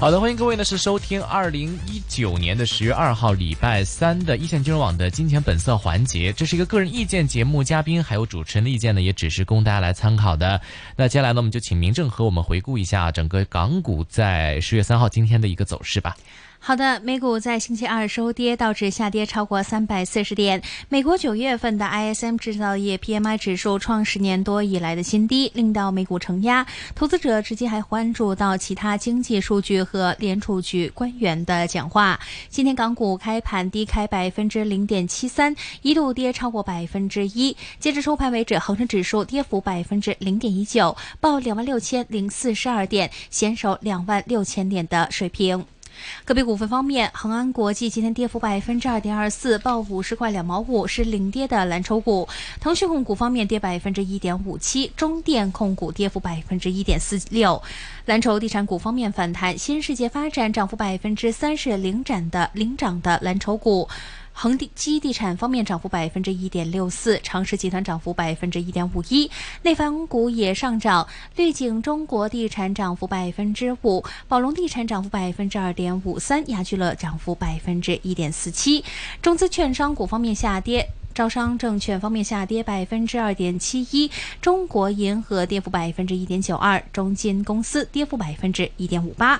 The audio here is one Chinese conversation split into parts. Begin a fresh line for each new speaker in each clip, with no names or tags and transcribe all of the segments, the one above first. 好的，欢迎各位呢是收听二零一九年的十月二号礼拜三的一线金融网的金钱本色环节，这是一个个人意见节目，嘉宾还有主持人的意见呢，也只是供大家来参考的。那接下来呢，我们就请明正和我们回顾一下整个港股在十月三号今天的一个走势吧。
好的，美股在星期二收跌，道指下跌超过三百四十点。美国九月份的 ISM 制造业 PMI 指数创十年多以来的新低，令到美股承压。投资者至今还关注到其他经济数据和联储局官员的讲话。今天港股开盘低开百分之零点七三，一度跌超过百分之一。截至收盘为止，恒生指数跌幅百分之零点一九，报两万六千零四十二点，险守两万六千点的水平。个别股份方面，恒安国际今天跌幅百分之二点二四，报五十块两毛五，是领跌的蓝筹股。腾讯控股方面跌百分之一点五七，中电控股跌幅百分之一点四六。蓝筹地产股方面反弹，新世界发展涨幅百分之三，是领涨的领涨的蓝筹股。恒地基地产方面涨幅百分之一点六四，长实集团涨幅百分之一点五一，内房股也上涨，绿景中国地产涨幅百分之五，宝龙地产涨幅百分之二点五三，雅居乐涨幅百分之一点四七。中资券商股方面下跌。招商证券方面下跌百分之二点七一，中国银河跌幅百分之一点九二，中金公司跌幅百分之一点五八。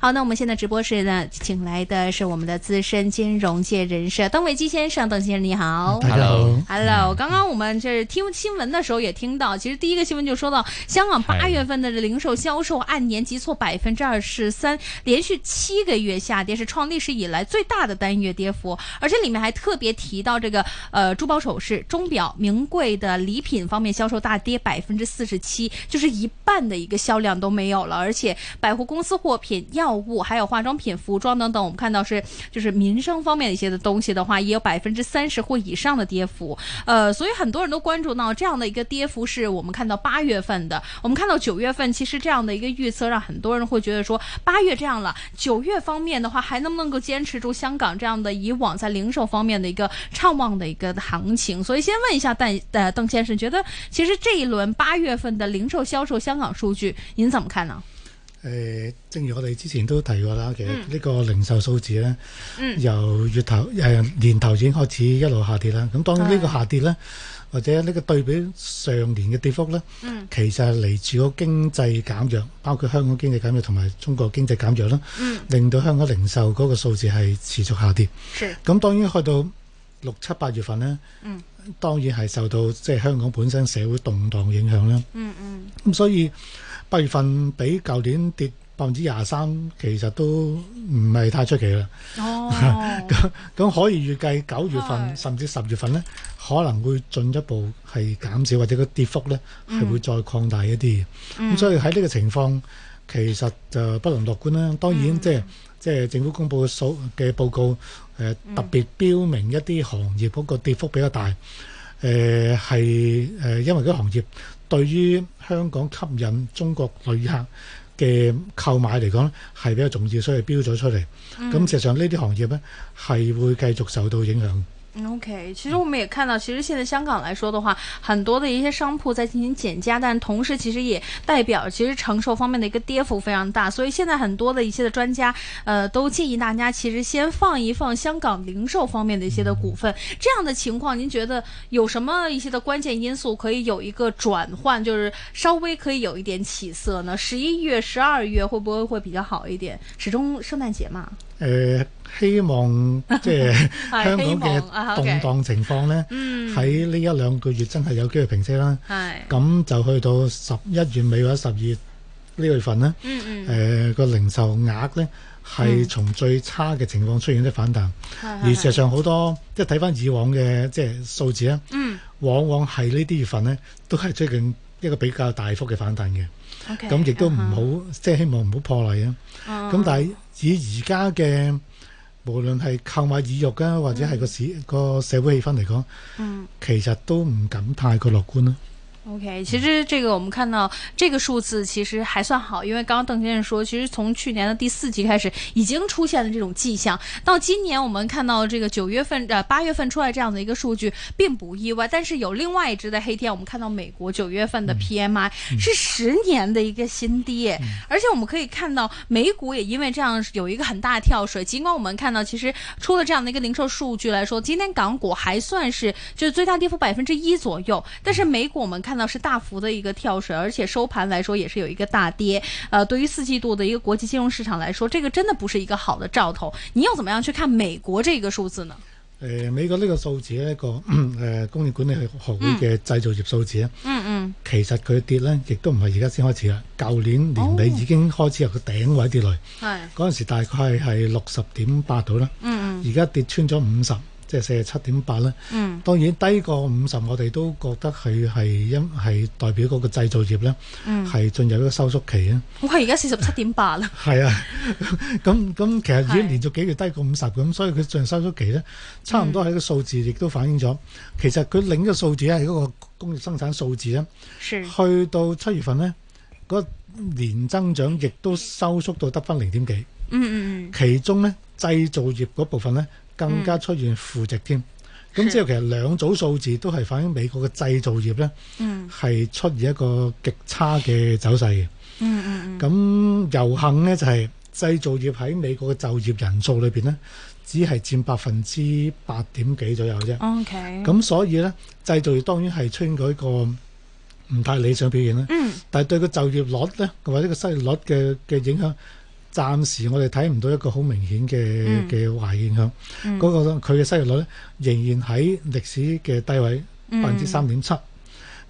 好，那我们现在直播室呢，请来的是我们的资深金融界人士邓伟基先生，邓先生你好。
大家好，
Hello，刚刚我们这听新闻的时候也听到，其实第一个新闻就说到香港八月份的零售销售按年急挫百分之二十三，连续七个月下跌，是创历史以来最大的单月跌幅。而且里面还特别提到这个呃珠宝首饰、钟表、名贵的礼品方面销售大跌百分之四十七，就是一半的一个销量都没有了。而且百货公司货品、药物还有化妆品、服装等等，我们看到是就是民生方面的一些的东西的话，也有百分之三十或以上的跌幅。呃，所以很多人都关注到这样的一个跌幅，是我们看到八月份的，我们看到九月份，其实这样的一个预测，让很多人会觉得说，八月这样了，九月方面的话，还能不能够坚持住香港这样的以往在零售方面的一个畅旺的一个行情？所以先问一下邓呃邓先生，觉得其实这一轮八月份的零售销售香港数据，您怎么看呢？
誒、呃正如我哋之前都提過啦，其實
嗯
呢個零售數字咧，
嗯
由月頭誒、年頭已經開始一路下跌啦。咁當然呢個
係
下跌咧，或者呢個對比上年嘅跌幅咧，
嗯
其實係嚟自個經濟減弱，包括香港經濟減弱同埋中國經濟減弱啦，
嗯，
令到香港零售嗰個數字係持續下跌。
是，
咁當然去到六七八月份咧，
嗯，
當然係受到即係香港本身社會動盪影響啦。
嗯嗯
咁所以八月份比舊年跌百分之廿三，其實都唔係太出奇啦。
哦，
咁可以預計九月
係
份甚至十月份咧，可能會進一步係減少，或者個跌幅咧係會再擴大一啲。咁、
嗯
所以喺呢個情況，其實就不能樂觀啦。當然、
嗯
即係即係政府公布嘅數嘅報告，誒、
嗯
特別標明一啲行業嗰個跌幅比較大。誒係誒，因為嗰個行業對於香港吸引中國旅客嘅購買嚟講咧，係比較重要，所以標咗出嚟。
嗯
咁事實上呢啲行業咧係會繼續受到影響。
OK，其实我们也看到，其实现在香港来说的话，很多的一些商铺在进行减价，但同时其实也代表其实承受方面的一个跌幅非常大，所以现在很多的一些的专家，呃，都建议大家其实先放一放香港零售方面的一些的股份。这样的情况，您觉得有什么一些的关键因素可以有一个转换，就是稍微可以有一点起色呢？十一月、十二月会不会会比较好一点？始终圣诞节嘛，
誒、呃希 望即係
係
香
希
港
望啊
嘅動
，OK
盪情況咧，
嗯，
喺呢一兩個月真係有機會平息啦。
哎，
咁就去到十一月尾或者十二月呢月份咧，
嗯嗯，
誒、個零售額咧
嗯啊
係從最差嘅情況出現啲反彈，
嗨嗨
而事實上好多即係睇翻以往嘅即係數字咧，啊
嗯
往往係呢啲月份咧都係最近一個比較大幅嘅反彈嘅。
，OK，
咁亦都唔
嗯哼
好，即係希望唔好破例啊！
咁
咁但係以而家嘅無論係購買意欲啊，或者係個市個社會氣氛嚟講，
嗯
其實都唔敢太過樂觀啦。
OK，其实这个我们看到这个数字其实还算好，因为刚刚邓先生说，其实从去年的第四季开始已经出现了这种迹象，到今年我们看到这个九月份呃八月份出来这样的一个数据，并不意外。但是有另外一只的黑天，我们看到美国九月份的 PMI 是十年的一个新低，而且我们可以看到美股也因为这样有一个很大的跳水。尽管我们看到其实出了这样的一个零售数据来说，今天港股还算是就是最大跌幅百分之一左右，但是美股我们看。看到是大幅的一个跳水，而且收盘来说也是有一个大跌。呃，对于四季度的一个国际金融市场来说，这个真的不是一个好的兆头。你要怎么样去看美國這個數字呢？
誒、呃，美國呢個數字呢個誒、呃、工業管理學會嘅製造業數字咧、
嗯，嗯嗯，
其實佢跌咧，亦都唔係而家先開始啦。舊年年尾已經開始由個頂位跌落嚟，
係
嗰陣時大概係六十點八度啦，
嗯
而家跌穿咗五十。即係四十七點八咧，
嗯
當然低過五十，我哋都覺得佢係因係代表嗰個製造業咧，
嗯
係、進入一個收縮期啊。
我而家四十七點八啦，
係啊，咁咁其實已
係
經連續幾月低過五十咁，所以佢進入收縮期咧，差唔多喺個數字亦都反映咗。其實佢領嘅數字咧係嗰個工業生產數字咧，
是
去到七月份咧，嗰、年增長亦都收縮到得翻零點幾，
嗯嗯
其中咧製造業嗰部分咧更加出現負值添。咁之後其實兩組數字都係反映美國嘅製造業咧
嗯
係出現一個極差嘅走勢嘅。
嗯嗯嗯
咁遊幸呢，就係、製造業喺美國嘅就業人數裏邊呢，只係佔百分之八點幾左右啫。
，OK，
咁、所以呢，製造業當然係出現嗰一個唔太理想表現啦。
嗯
但係對個就業率呢，或者個失業率嘅嘅影響，暫時我哋睇唔到一個好明顯嘅
嗯
嘅壞影響。嗰、
嗯
個佢嘅失業率呢，仍然喺歷史嘅低位
嗯
百分之三點七。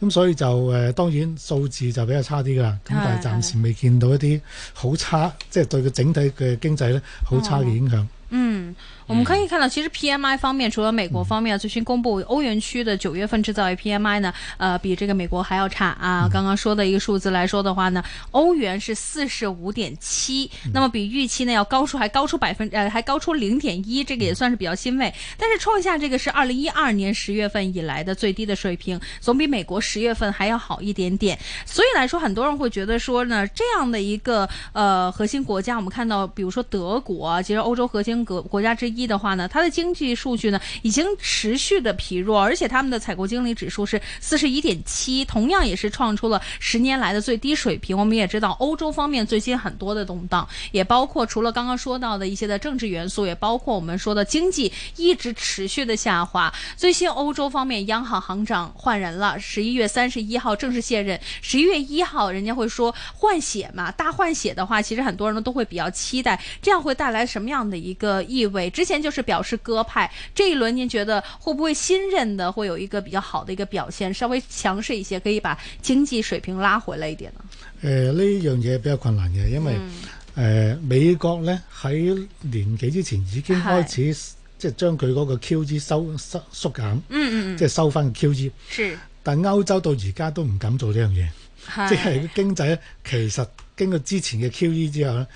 咁所以就誒、呃、當然數字就比較差啲㗎啦，咁但係
係
暫時未見到一啲好差，即係對個整體嘅經濟咧好差
哦
嘅影響。
嗯，我们可以看到，其实 PMI 方面，除了美国方面，最新公布欧元区的九月份制造业 PMI 呢，呃，比这个美国还要差啊。刚刚说的一个数字来说的话呢，欧元是四十五点七，那么比预期呢要高出，还高出百分呃，还高出零点一，这个也算是比较欣慰。但是创下这个是二零一二年十月份以来的最低的水平，总比美国十月份还要好一点点。所以来说，很多人会觉得说呢，这样的一个呃核心国家，我们看到，比如说德国啊，其实欧洲核心国国家之一的话呢，它的经济数据呢已经持续的疲弱，而且他们的采购经理指数是四十一点七，同样也是创出了十年来的最低水平。我们也知道，欧洲方面最近很多的动荡，也包括除了刚刚说到的一些的政治元素，也包括我们说的经济一直持续的下滑。最新欧洲方面，央行行长换人了，十一月三十一号正式卸任。十一月一号，人家会说换血嘛，大换血的话，其实很多人都会比较期待，这样会带来什么样的一个意味？之前就是表示鸽派，这一轮您觉得会不会新任的会有一个比较好的一个表现，稍微强势一些，可以把经济水平拉回来一点呢？
誒呃呢樣嘢比較困難嘅，因為誒、
嗯
呃美國咧喺年幾之前已經開始即係將佢嗰個 QE 收收縮減，
嗯嗯，
即係收翻個 QE。
是，
但歐洲到而家都唔敢做呢樣嘢，即係經濟咧其實經過之前嘅 QE 之後咧，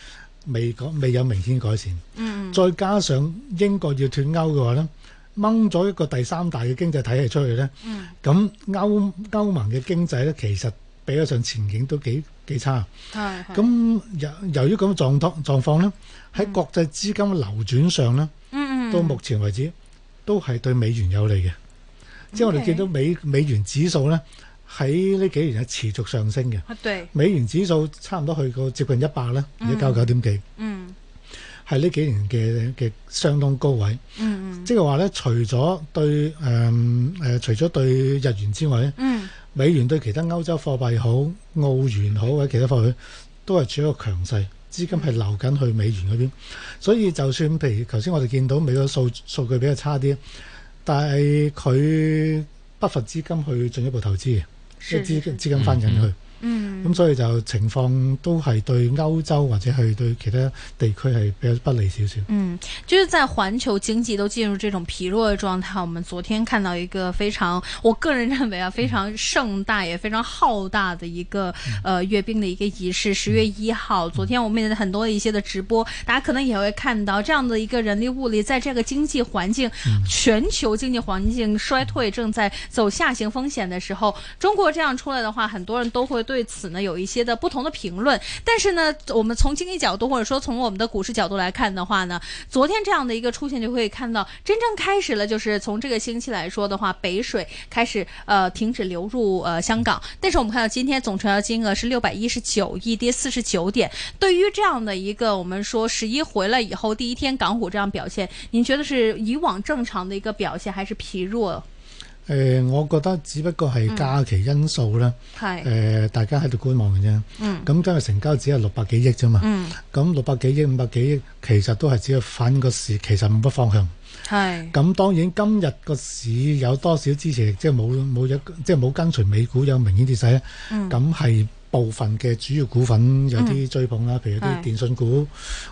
未講未有明顯改善。
嗯
再加上英國要脱歐嘅話咧，掹咗一個第三大嘅經濟體系出去咧，
嗯
咁歐歐盟嘅經濟咧其實比較上前景都幾幾差。
嗯，嗯
咁由由於咁嘅狀況狀況咧，喺國際資金流轉上咧，
嗯嗯，
到目前為止都係對美元有利嘅。即係我哋
OK
見到美美元指數咧喺呢幾年係持續上升嘅，
啊对，
美元指數差唔多去到接近一百啦，而家九九點幾，
嗯
係呢幾年嘅嘅相當高位。
嗯嗯
即係話咧，除咗對誒誒、除咗對日元之外咧，
嗯
美元對其他歐洲貨幣好、澳元好或者其他貨幣都係處於一個強勢，資金係流緊去美元嗰邊，所以就算譬如頭先我哋見到美國數數據比較差啲，但係佢不乏資金去進一步投資嘅，即係資
是是
資金翻緊去。
嗯。
咁所以就情況都係對歐洲或者係對其他地區係比較不利少少。
嗯，就是在环球经济都进入这种疲弱的状态，我们昨天看到一个非常，我个人认为啊，非常盛大也非常浩大的一个呃阅兵的一个仪式。十月一号，昨天我们也很多一些的直播，大家可能也会看到这样的一个人力物力，在这个经济环境、全球经济环境衰退正在走下行风险的时候，中国这样出来的话，很多人都会对此呢有一些的不同的评论。但是呢，我们从经济角度或者说从我们的股市角度来看的话呢，昨天这样的一个出现，就会看到真正开始了，就是从这个星期来说的话，北水开始呃停止流入呃香港。但是我们看到今天总成交金额是六百一十九亿，跌四十九点。对于这样的一个我们说十一回来以后第一天港股这样表现，您觉得是以往正常的一个表现，还是疲弱？
誒、我覺得只不過係假期因素啦。誒、
係
大家喺度觀望嘅啫。
嗯
咁今日成交只係六百幾億啫嘛。
嗯
咁六百幾億、五百幾億，其實都係只係反映個市，其實冇乜方向。
係
咁當然今日個市有多少支持，即係冇冇一即係冇跟隨美股有明顯跌勢咧。
嗯
咁係、部分嘅主要股份有啲追捧啦，譬如啲
係
電信股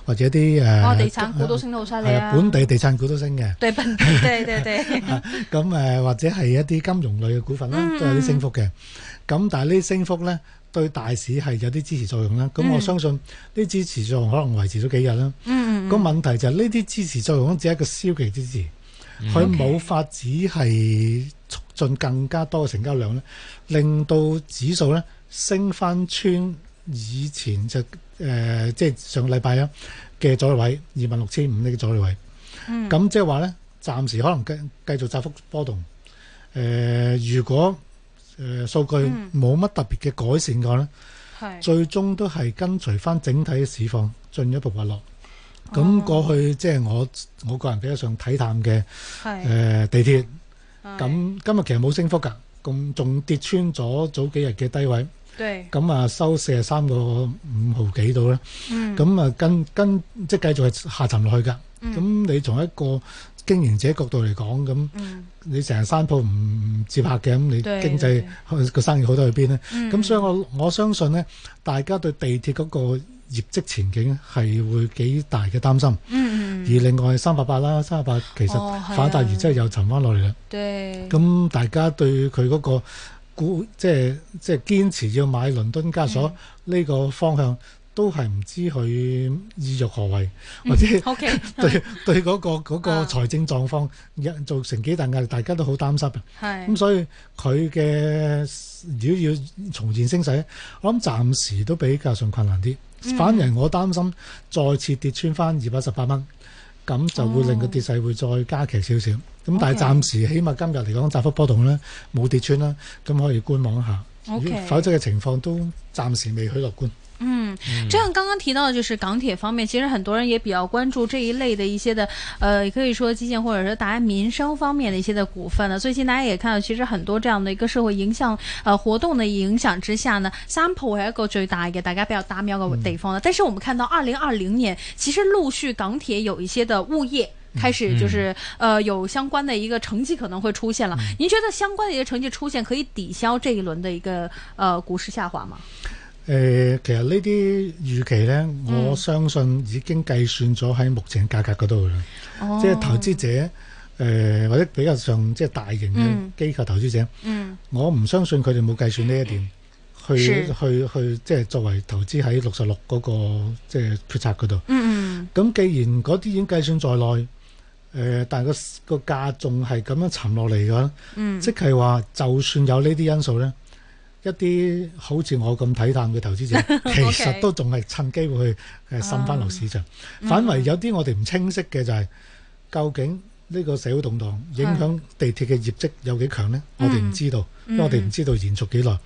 或者啲誒，
哦，地產股都升得好犀利
係啊
啊！
呃本地地產股都升嘅。
對 本地對對對，
咁誒、或者係一啲金融類嘅股份啦，
嗯
都有啲升幅嘅。咁但係呢啲升幅咧，對大市係有啲支持作用啦。咁我相信呢支持作用可能維持咗幾日啦。
嗯
個問題就係呢啲支持作用只係一個消極支持，佢冇法子係促進更加多嘅成交量咧，令到指數咧升翻穿以前就誒、呃即係上個禮拜啊嘅阻力位二萬六千五呢個阻力位。
嗯
咁即係話咧，暫時可能繼繼續窄幅波動。誒、呃如果誒、呃、數據
嗯
冇乜特別嘅改善嘅話咧，
係
最終都係跟隨翻整體嘅市況進一步滑落。
哦
咁過去即係我我個人比較上睇淡嘅誒、
係
呃地鐵，
係
咁今日其實冇升幅㗎，咁仲跌穿咗早幾日嘅低位，
對
咁啊收四十三個五毫幾度啦。
嗯
咁啊跟跟即係繼續係下沉落去㗎。咁、你從一個經營者角度嚟講，咁
嗯
你成日山鋪唔唔接客嘅，咁你
對
經濟個生意好得去邊呢？
嗯
咁、所以我我相信呢，大家對地鐵嗰個業績前景係會幾大嘅擔心。
嗯
而
嗯
另外三百八啦，三百八其
哦係啊
實反彈完之後又沉翻落嚟啦。
對
咁、大家對佢嗰個股即係即係堅持要買倫敦交易所呢個方向，都係唔知佢意欲何為，或者
OK
對對嗰個嗰個
啊
財政狀況有造成幾大壓力，大家都好擔心嘅。咁
係
所以佢嘅如果要重現升勢，我諗暫時都比較上困難啲。
嗯
反而我擔心再次跌穿翻二百十八蚊，咁就會令個跌勢會再加劇少少。咁但係
哦 OK
暫時起碼今日嚟講，窄幅波動咧冇跌穿啦，咁可以觀望一下。
OK
否則嘅情況都暫時未許樂觀。
嗯，这样刚刚提到的就是港铁方面，其实很多人也比较关注这一类的一些的，呃，也可以说基建或者是大家民生方面的一些的股份呢。啊最近大家也看到，其实很多这样的一个社会影响，呃，活动的影响之下呢，三浦系一个最大嘅大家比较打瞄嘅地方呢。但是我们看到，二零二零年其实陆续港铁有一些的物业。开始就是、呃有相关的一个成绩可能会出现了，您觉得相关的一个成绩出现可以抵消这一轮的一个呃股市下滑吗？
誒、呃其實呢啲預期咧，
嗯
我相信已經計算咗喺目前價格嗰度啦。
哦
即係投資者誒、或者比較上即係大型
嗯
嘅機構投資者，
嗯
我唔相信佢哋冇計算呢一點，去
是
去去即係作為投資喺六十六嗰個即係決策嗰度。
嗯嗯。
咁既然嗰啲已經計算在內，誒、但係個個價仲係咁樣沉落嚟嘅話，
嗯
即係話就算有呢啲因素咧，一啲好似我咁睇淡嘅投 資者，其
OK 哦嗯
實都仲係趁機會去呃誒滲翻落市場。反為有啲我哋唔清晰嘅就係、究竟呢個社會動盪影
嗯
響地鐵嘅業績有幾強呢？我哋唔知道，因為我哋唔知道延續幾耐，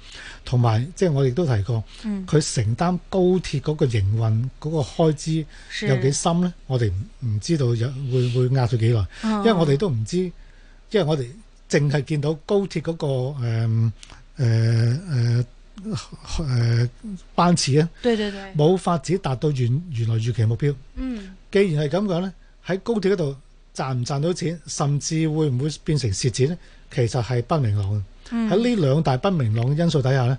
同埋即係我亦都提過，
嗯
佢承擔高鐵嗰個營運嗰個開支。
是
有幾深咧？我哋唔唔知道有會會壓咗幾耐，
嗯
因為我哋都唔知，因為我哋淨係見到高鐵嗰、個誒誒誒誒班次咧，
对对對，
冇法子達到原原來預期目標。
嗯
既然係咁講咧，喺高鐵嗰度賺唔賺到錢，甚至會唔會變成蝕錢咧，其實係不明朗嘅。喺呢兩大不明朗嘅因素底下咧，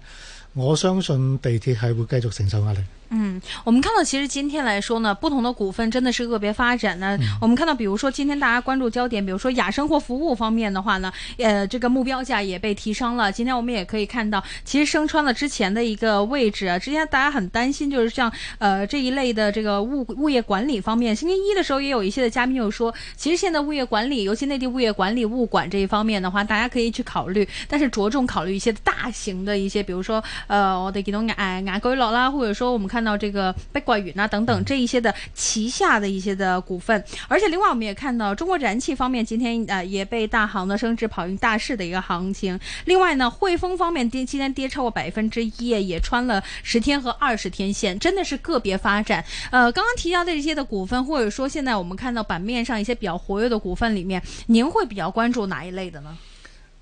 我相信地鐵係會繼續承受壓力。
嗯，我们看到其实今天来说呢，不同的股份真的是个别发展呢。我们看到，比如说今天大家关注焦点，比如说雅生活服务方面的话呢，呃，这个目标价也被提升了。今天我们也可以看到，其实升穿了之前的一个位置啊。之前大家很担心，就是像呃这一类的这个物物业管理方面，星期一的时候也有一些的嘉宾有说，其实现在物业管理，尤其内地物业管理物管这一方面的话，大家可以去考虑，但是着重考虑一些大型的一些，比如说呃我哋见到雅雅居乐啦，或者说我们看。看到这个碧桂园啊等等这一些的旗下的一些的股份，而且另外我们也看到中国燃气方面今天呃也被大行的升值跑赢大市的一个行情。另外呢，汇丰方面跌今天跌超过百分之一，也穿了十天和二十天线，真的是个别发展。呃，刚刚提到的这些的股份，或者说现在我们看到版面上一些比较活跃的股份里面，您会比较关注哪一类的呢？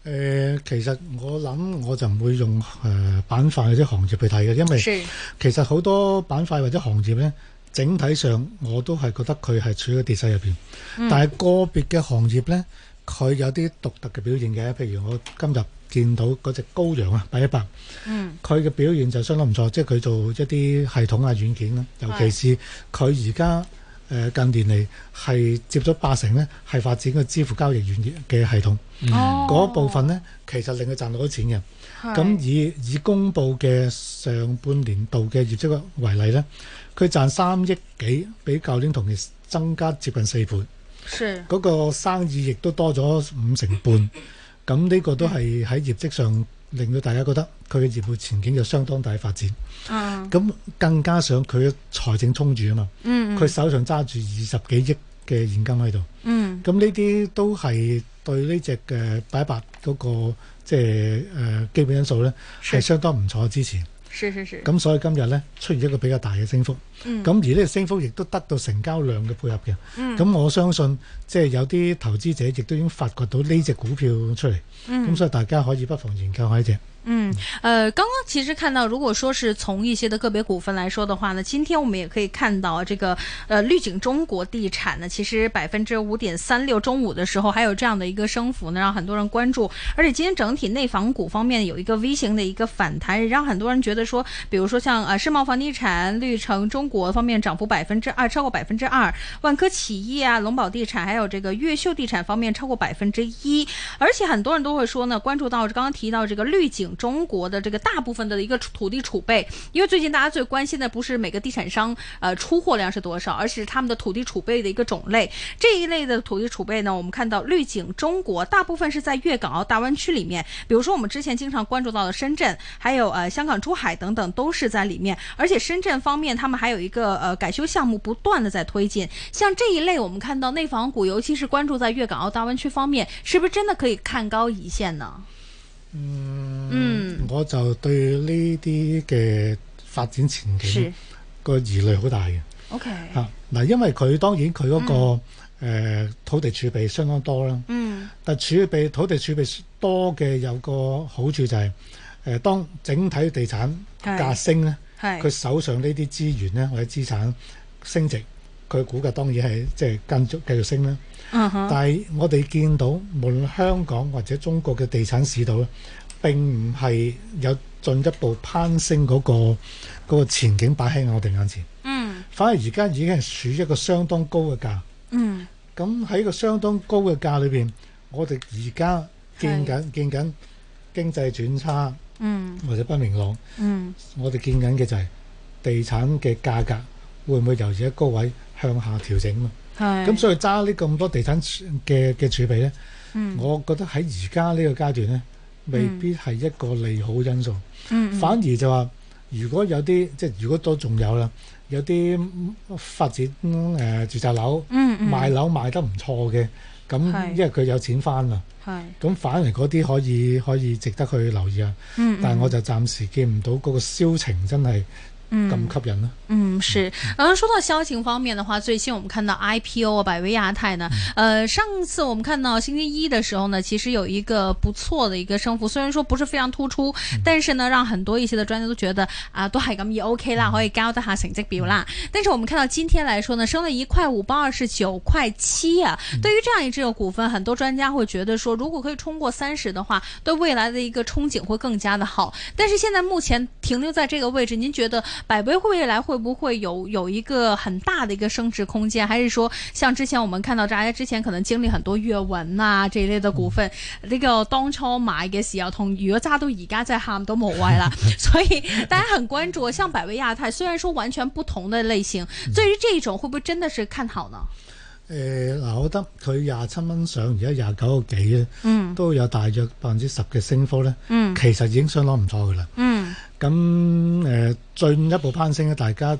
誒、呃，其實我諗我就唔會用誒、呃、板塊或者行業去睇嘅，因為其實好多板塊或者行業咧，整體上我都係覺得佢係處於個跌勢入邊。但係個別嘅行業咧，佢有啲獨特嘅表現嘅，譬如我今日見到嗰只高陽啊，八一八，
嗯，
佢嘅表現就相當唔錯，即係佢做一啲系統啊、軟件啦，尤其是佢而家。誒近年嚟係接咗八成咧，係發展個支付交易軟嘅系統，
哦
嗰、部分咧其實令佢賺到啲錢嘅。咁以以公佈嘅上半年度嘅業績為例咧，佢賺三億幾，比舊年同期增加接近四倍，嗰、
是
個生意亦都多咗五成半。咁呢個都係喺業績上令到大家覺得佢嘅業務前景有相當大嘅發展。
嗯
咁更加上佢嘅財政充裕啊嘛，
嗯
佢手上揸住二十幾億嘅現金喺度。
嗯
咁呢啲都係對呢只嘅擺白嗰個即係誒基本因素咧，係相當唔錯嘅支持。
是是是
咁所以今日咧出現一個比較大嘅升幅。
嗯
咁而呢個升幅亦都得到成交量嘅配合嘅。
嗯
咁我相信即係有啲投資者亦都已經發掘到呢只股票出嚟。咁所以大家可以不妨研究下呢只。
嗯，呃，刚刚其实看到，如果说是从一些的个别股份来说的话呢，今天我们也可以看到这个呃，绿景中国地产呢，其实百分之五点三六，中午的时候还有这样的一个升幅呢，让很多人关注。而且今天整体内房股方面有一个 V 型的一个反弹，也让很多人觉得说，比如说像呃世茂房地产、绿城中国方面涨幅百分之二，超过百分之二，万科企业啊、龙宝地产还有这个越秀地产方面超过百分之一，而且很多人都会说呢，关注到刚刚提到这个呃绿景中国的这个大部分的一个土地储备，因为最近大家最关心的不是每个地产商呃出货量是多少，而是他们的土地储备的一个种类。这一类的土地储备呢，我们看到绿景中国大部分是在粤港澳大湾区里面，比如说我们之前经常关注到的深圳，还有呃香港、珠海等等都是在里面。而且深圳方面，他们还有一个呃改修项目不断的在推进。像这一类，我们看到内房股，尤其是关注在粤港澳大湾区方面，是不是真的可以看高一线呢？嗯
我就對呢啲嘅發展前景
是嗯
個疑慮好大嘅。
，OK，
啊，嗱，因為佢當然佢嗰、個、呃土地儲備相當多啦，
嗯
但儲備土地儲備多嘅有個好處就係、呃、當整體地產
係
價升咧，
係
佢手上呢啲資源咧或者資產升值，佢股價當然係即係跟續繼續升啦。
嗯哼，
但係我哋見到無論香港或者中國嘅地產市道咧，並唔係有進一步攀升嗰、個嗰、個前景擺喺我哋眼前。
嗯
反而而家已經係處於一個相當高嘅價。
嗯
咁喺個相當高嘅價裏邊，我哋而家見緊見緊經濟轉差
嗯
或者不明朗，
嗯
我哋見緊嘅就係地產嘅價格會唔會由而家高位向下調整嘛？
係，
咁所以揸呢咁多地產嘅嘅儲備呢，
嗯
我覺得喺而家呢個階段呢，未必係一個利好因素。
嗯
反而就話，如果有啲即係如果都仲有啦，有啲發展誒、呃住宅樓、
嗯嗯
賣樓賣得唔錯嘅，咁
係
因為佢有錢翻啦，
係，
咁反而嗰啲可以可以值得去留意啊。
嗯
但係我就暫時見唔到嗰個銷情真係咁吸引啦。
嗯，是。然后说到消情方面的话，最近我们看到 IPO 啊，百威亚太呢，呃，上次我们看到星期一的时候呢，其实有一个不错的一个升幅，虽然说不是非常突出，但是呢，让很多一些的专家都觉得啊，都係咁也 OK 啦，可以交得下成绩表啦。但是我们看到今天来说呢，升了一块五，报二十九块七啊。对于这样一只股份，很多专家会觉得说，如果可以冲过三十的话，对未来的一个憧憬会更加的好。但是现在目前停留在这个位置，您觉得百威未来会不会有有一个很大的一个升值空间？还是说像之前我们看到大家之前可能经历很多阅文啊这一类的股份，呢個當初買嘅時候同如果揸到而家真係喊都無謂 啦。所以大家很關注，像百威亞太雖然說完全不同的類型，
嗯
對於這種會不會真的是看好呢？
誒嗱，我覺得佢廿七蚊上，而家廿九個幾咧，
嗯
都有大約百分之十嘅升幅咧，
嗯
其實已經相當唔錯噶啦。
嗯
咁誒、進一步攀升咧，大家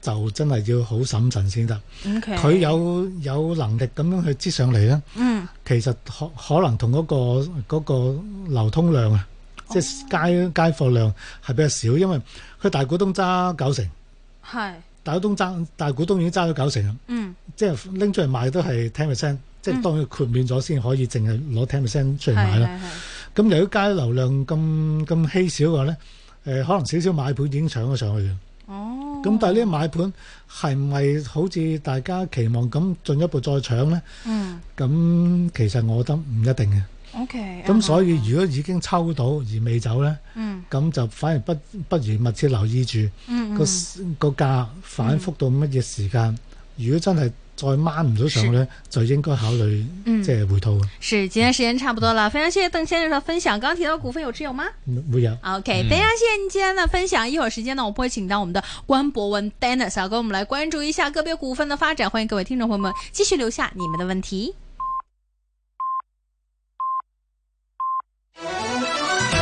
就真係要好審慎先得。
，OK，
佢有有能力咁樣去擠上嚟咧，
嗯
其實可可能同嗰、個嗰、個流通量啊，即係街街貨量係比較少，因為佢大股東揸九成，
係
大股東揸大股東已經揸咗九成啦，
嗯
即係拎出嚟賣都係 ten percent，即係當佢豁免咗先可以淨係攞 ten percent 出嚟買啦。
係
咁由於街流量咁咁稀少嘅話咧，誒、可能少少買盤已經搶咗上去嘅。
哦，
咁但係呢買盤係咪好似大家期望咁進一步再搶咧？
嗯
咁其實我覺得唔一定嘅。
OK，
咁所以如果已經抽到而未走咧，
嗯
咁就反而不不如密切留意住
嗯
個個價反覆到乜嘢時間。如果真係再掹唔到上去咧，就應該考慮
嗯
即係回吐。
是，今天时间差不多了，非常谢谢邓先生的分享。刚刚提到股份有持有吗
每日。
？OK，
嗯
非常谢谢您今天的分享。一会儿时间呢，我们会请到我们的关博文 Dennis 啊，跟我们来关注一下个别股份的发展。欢迎各位听众朋友们继续留下你们的问题。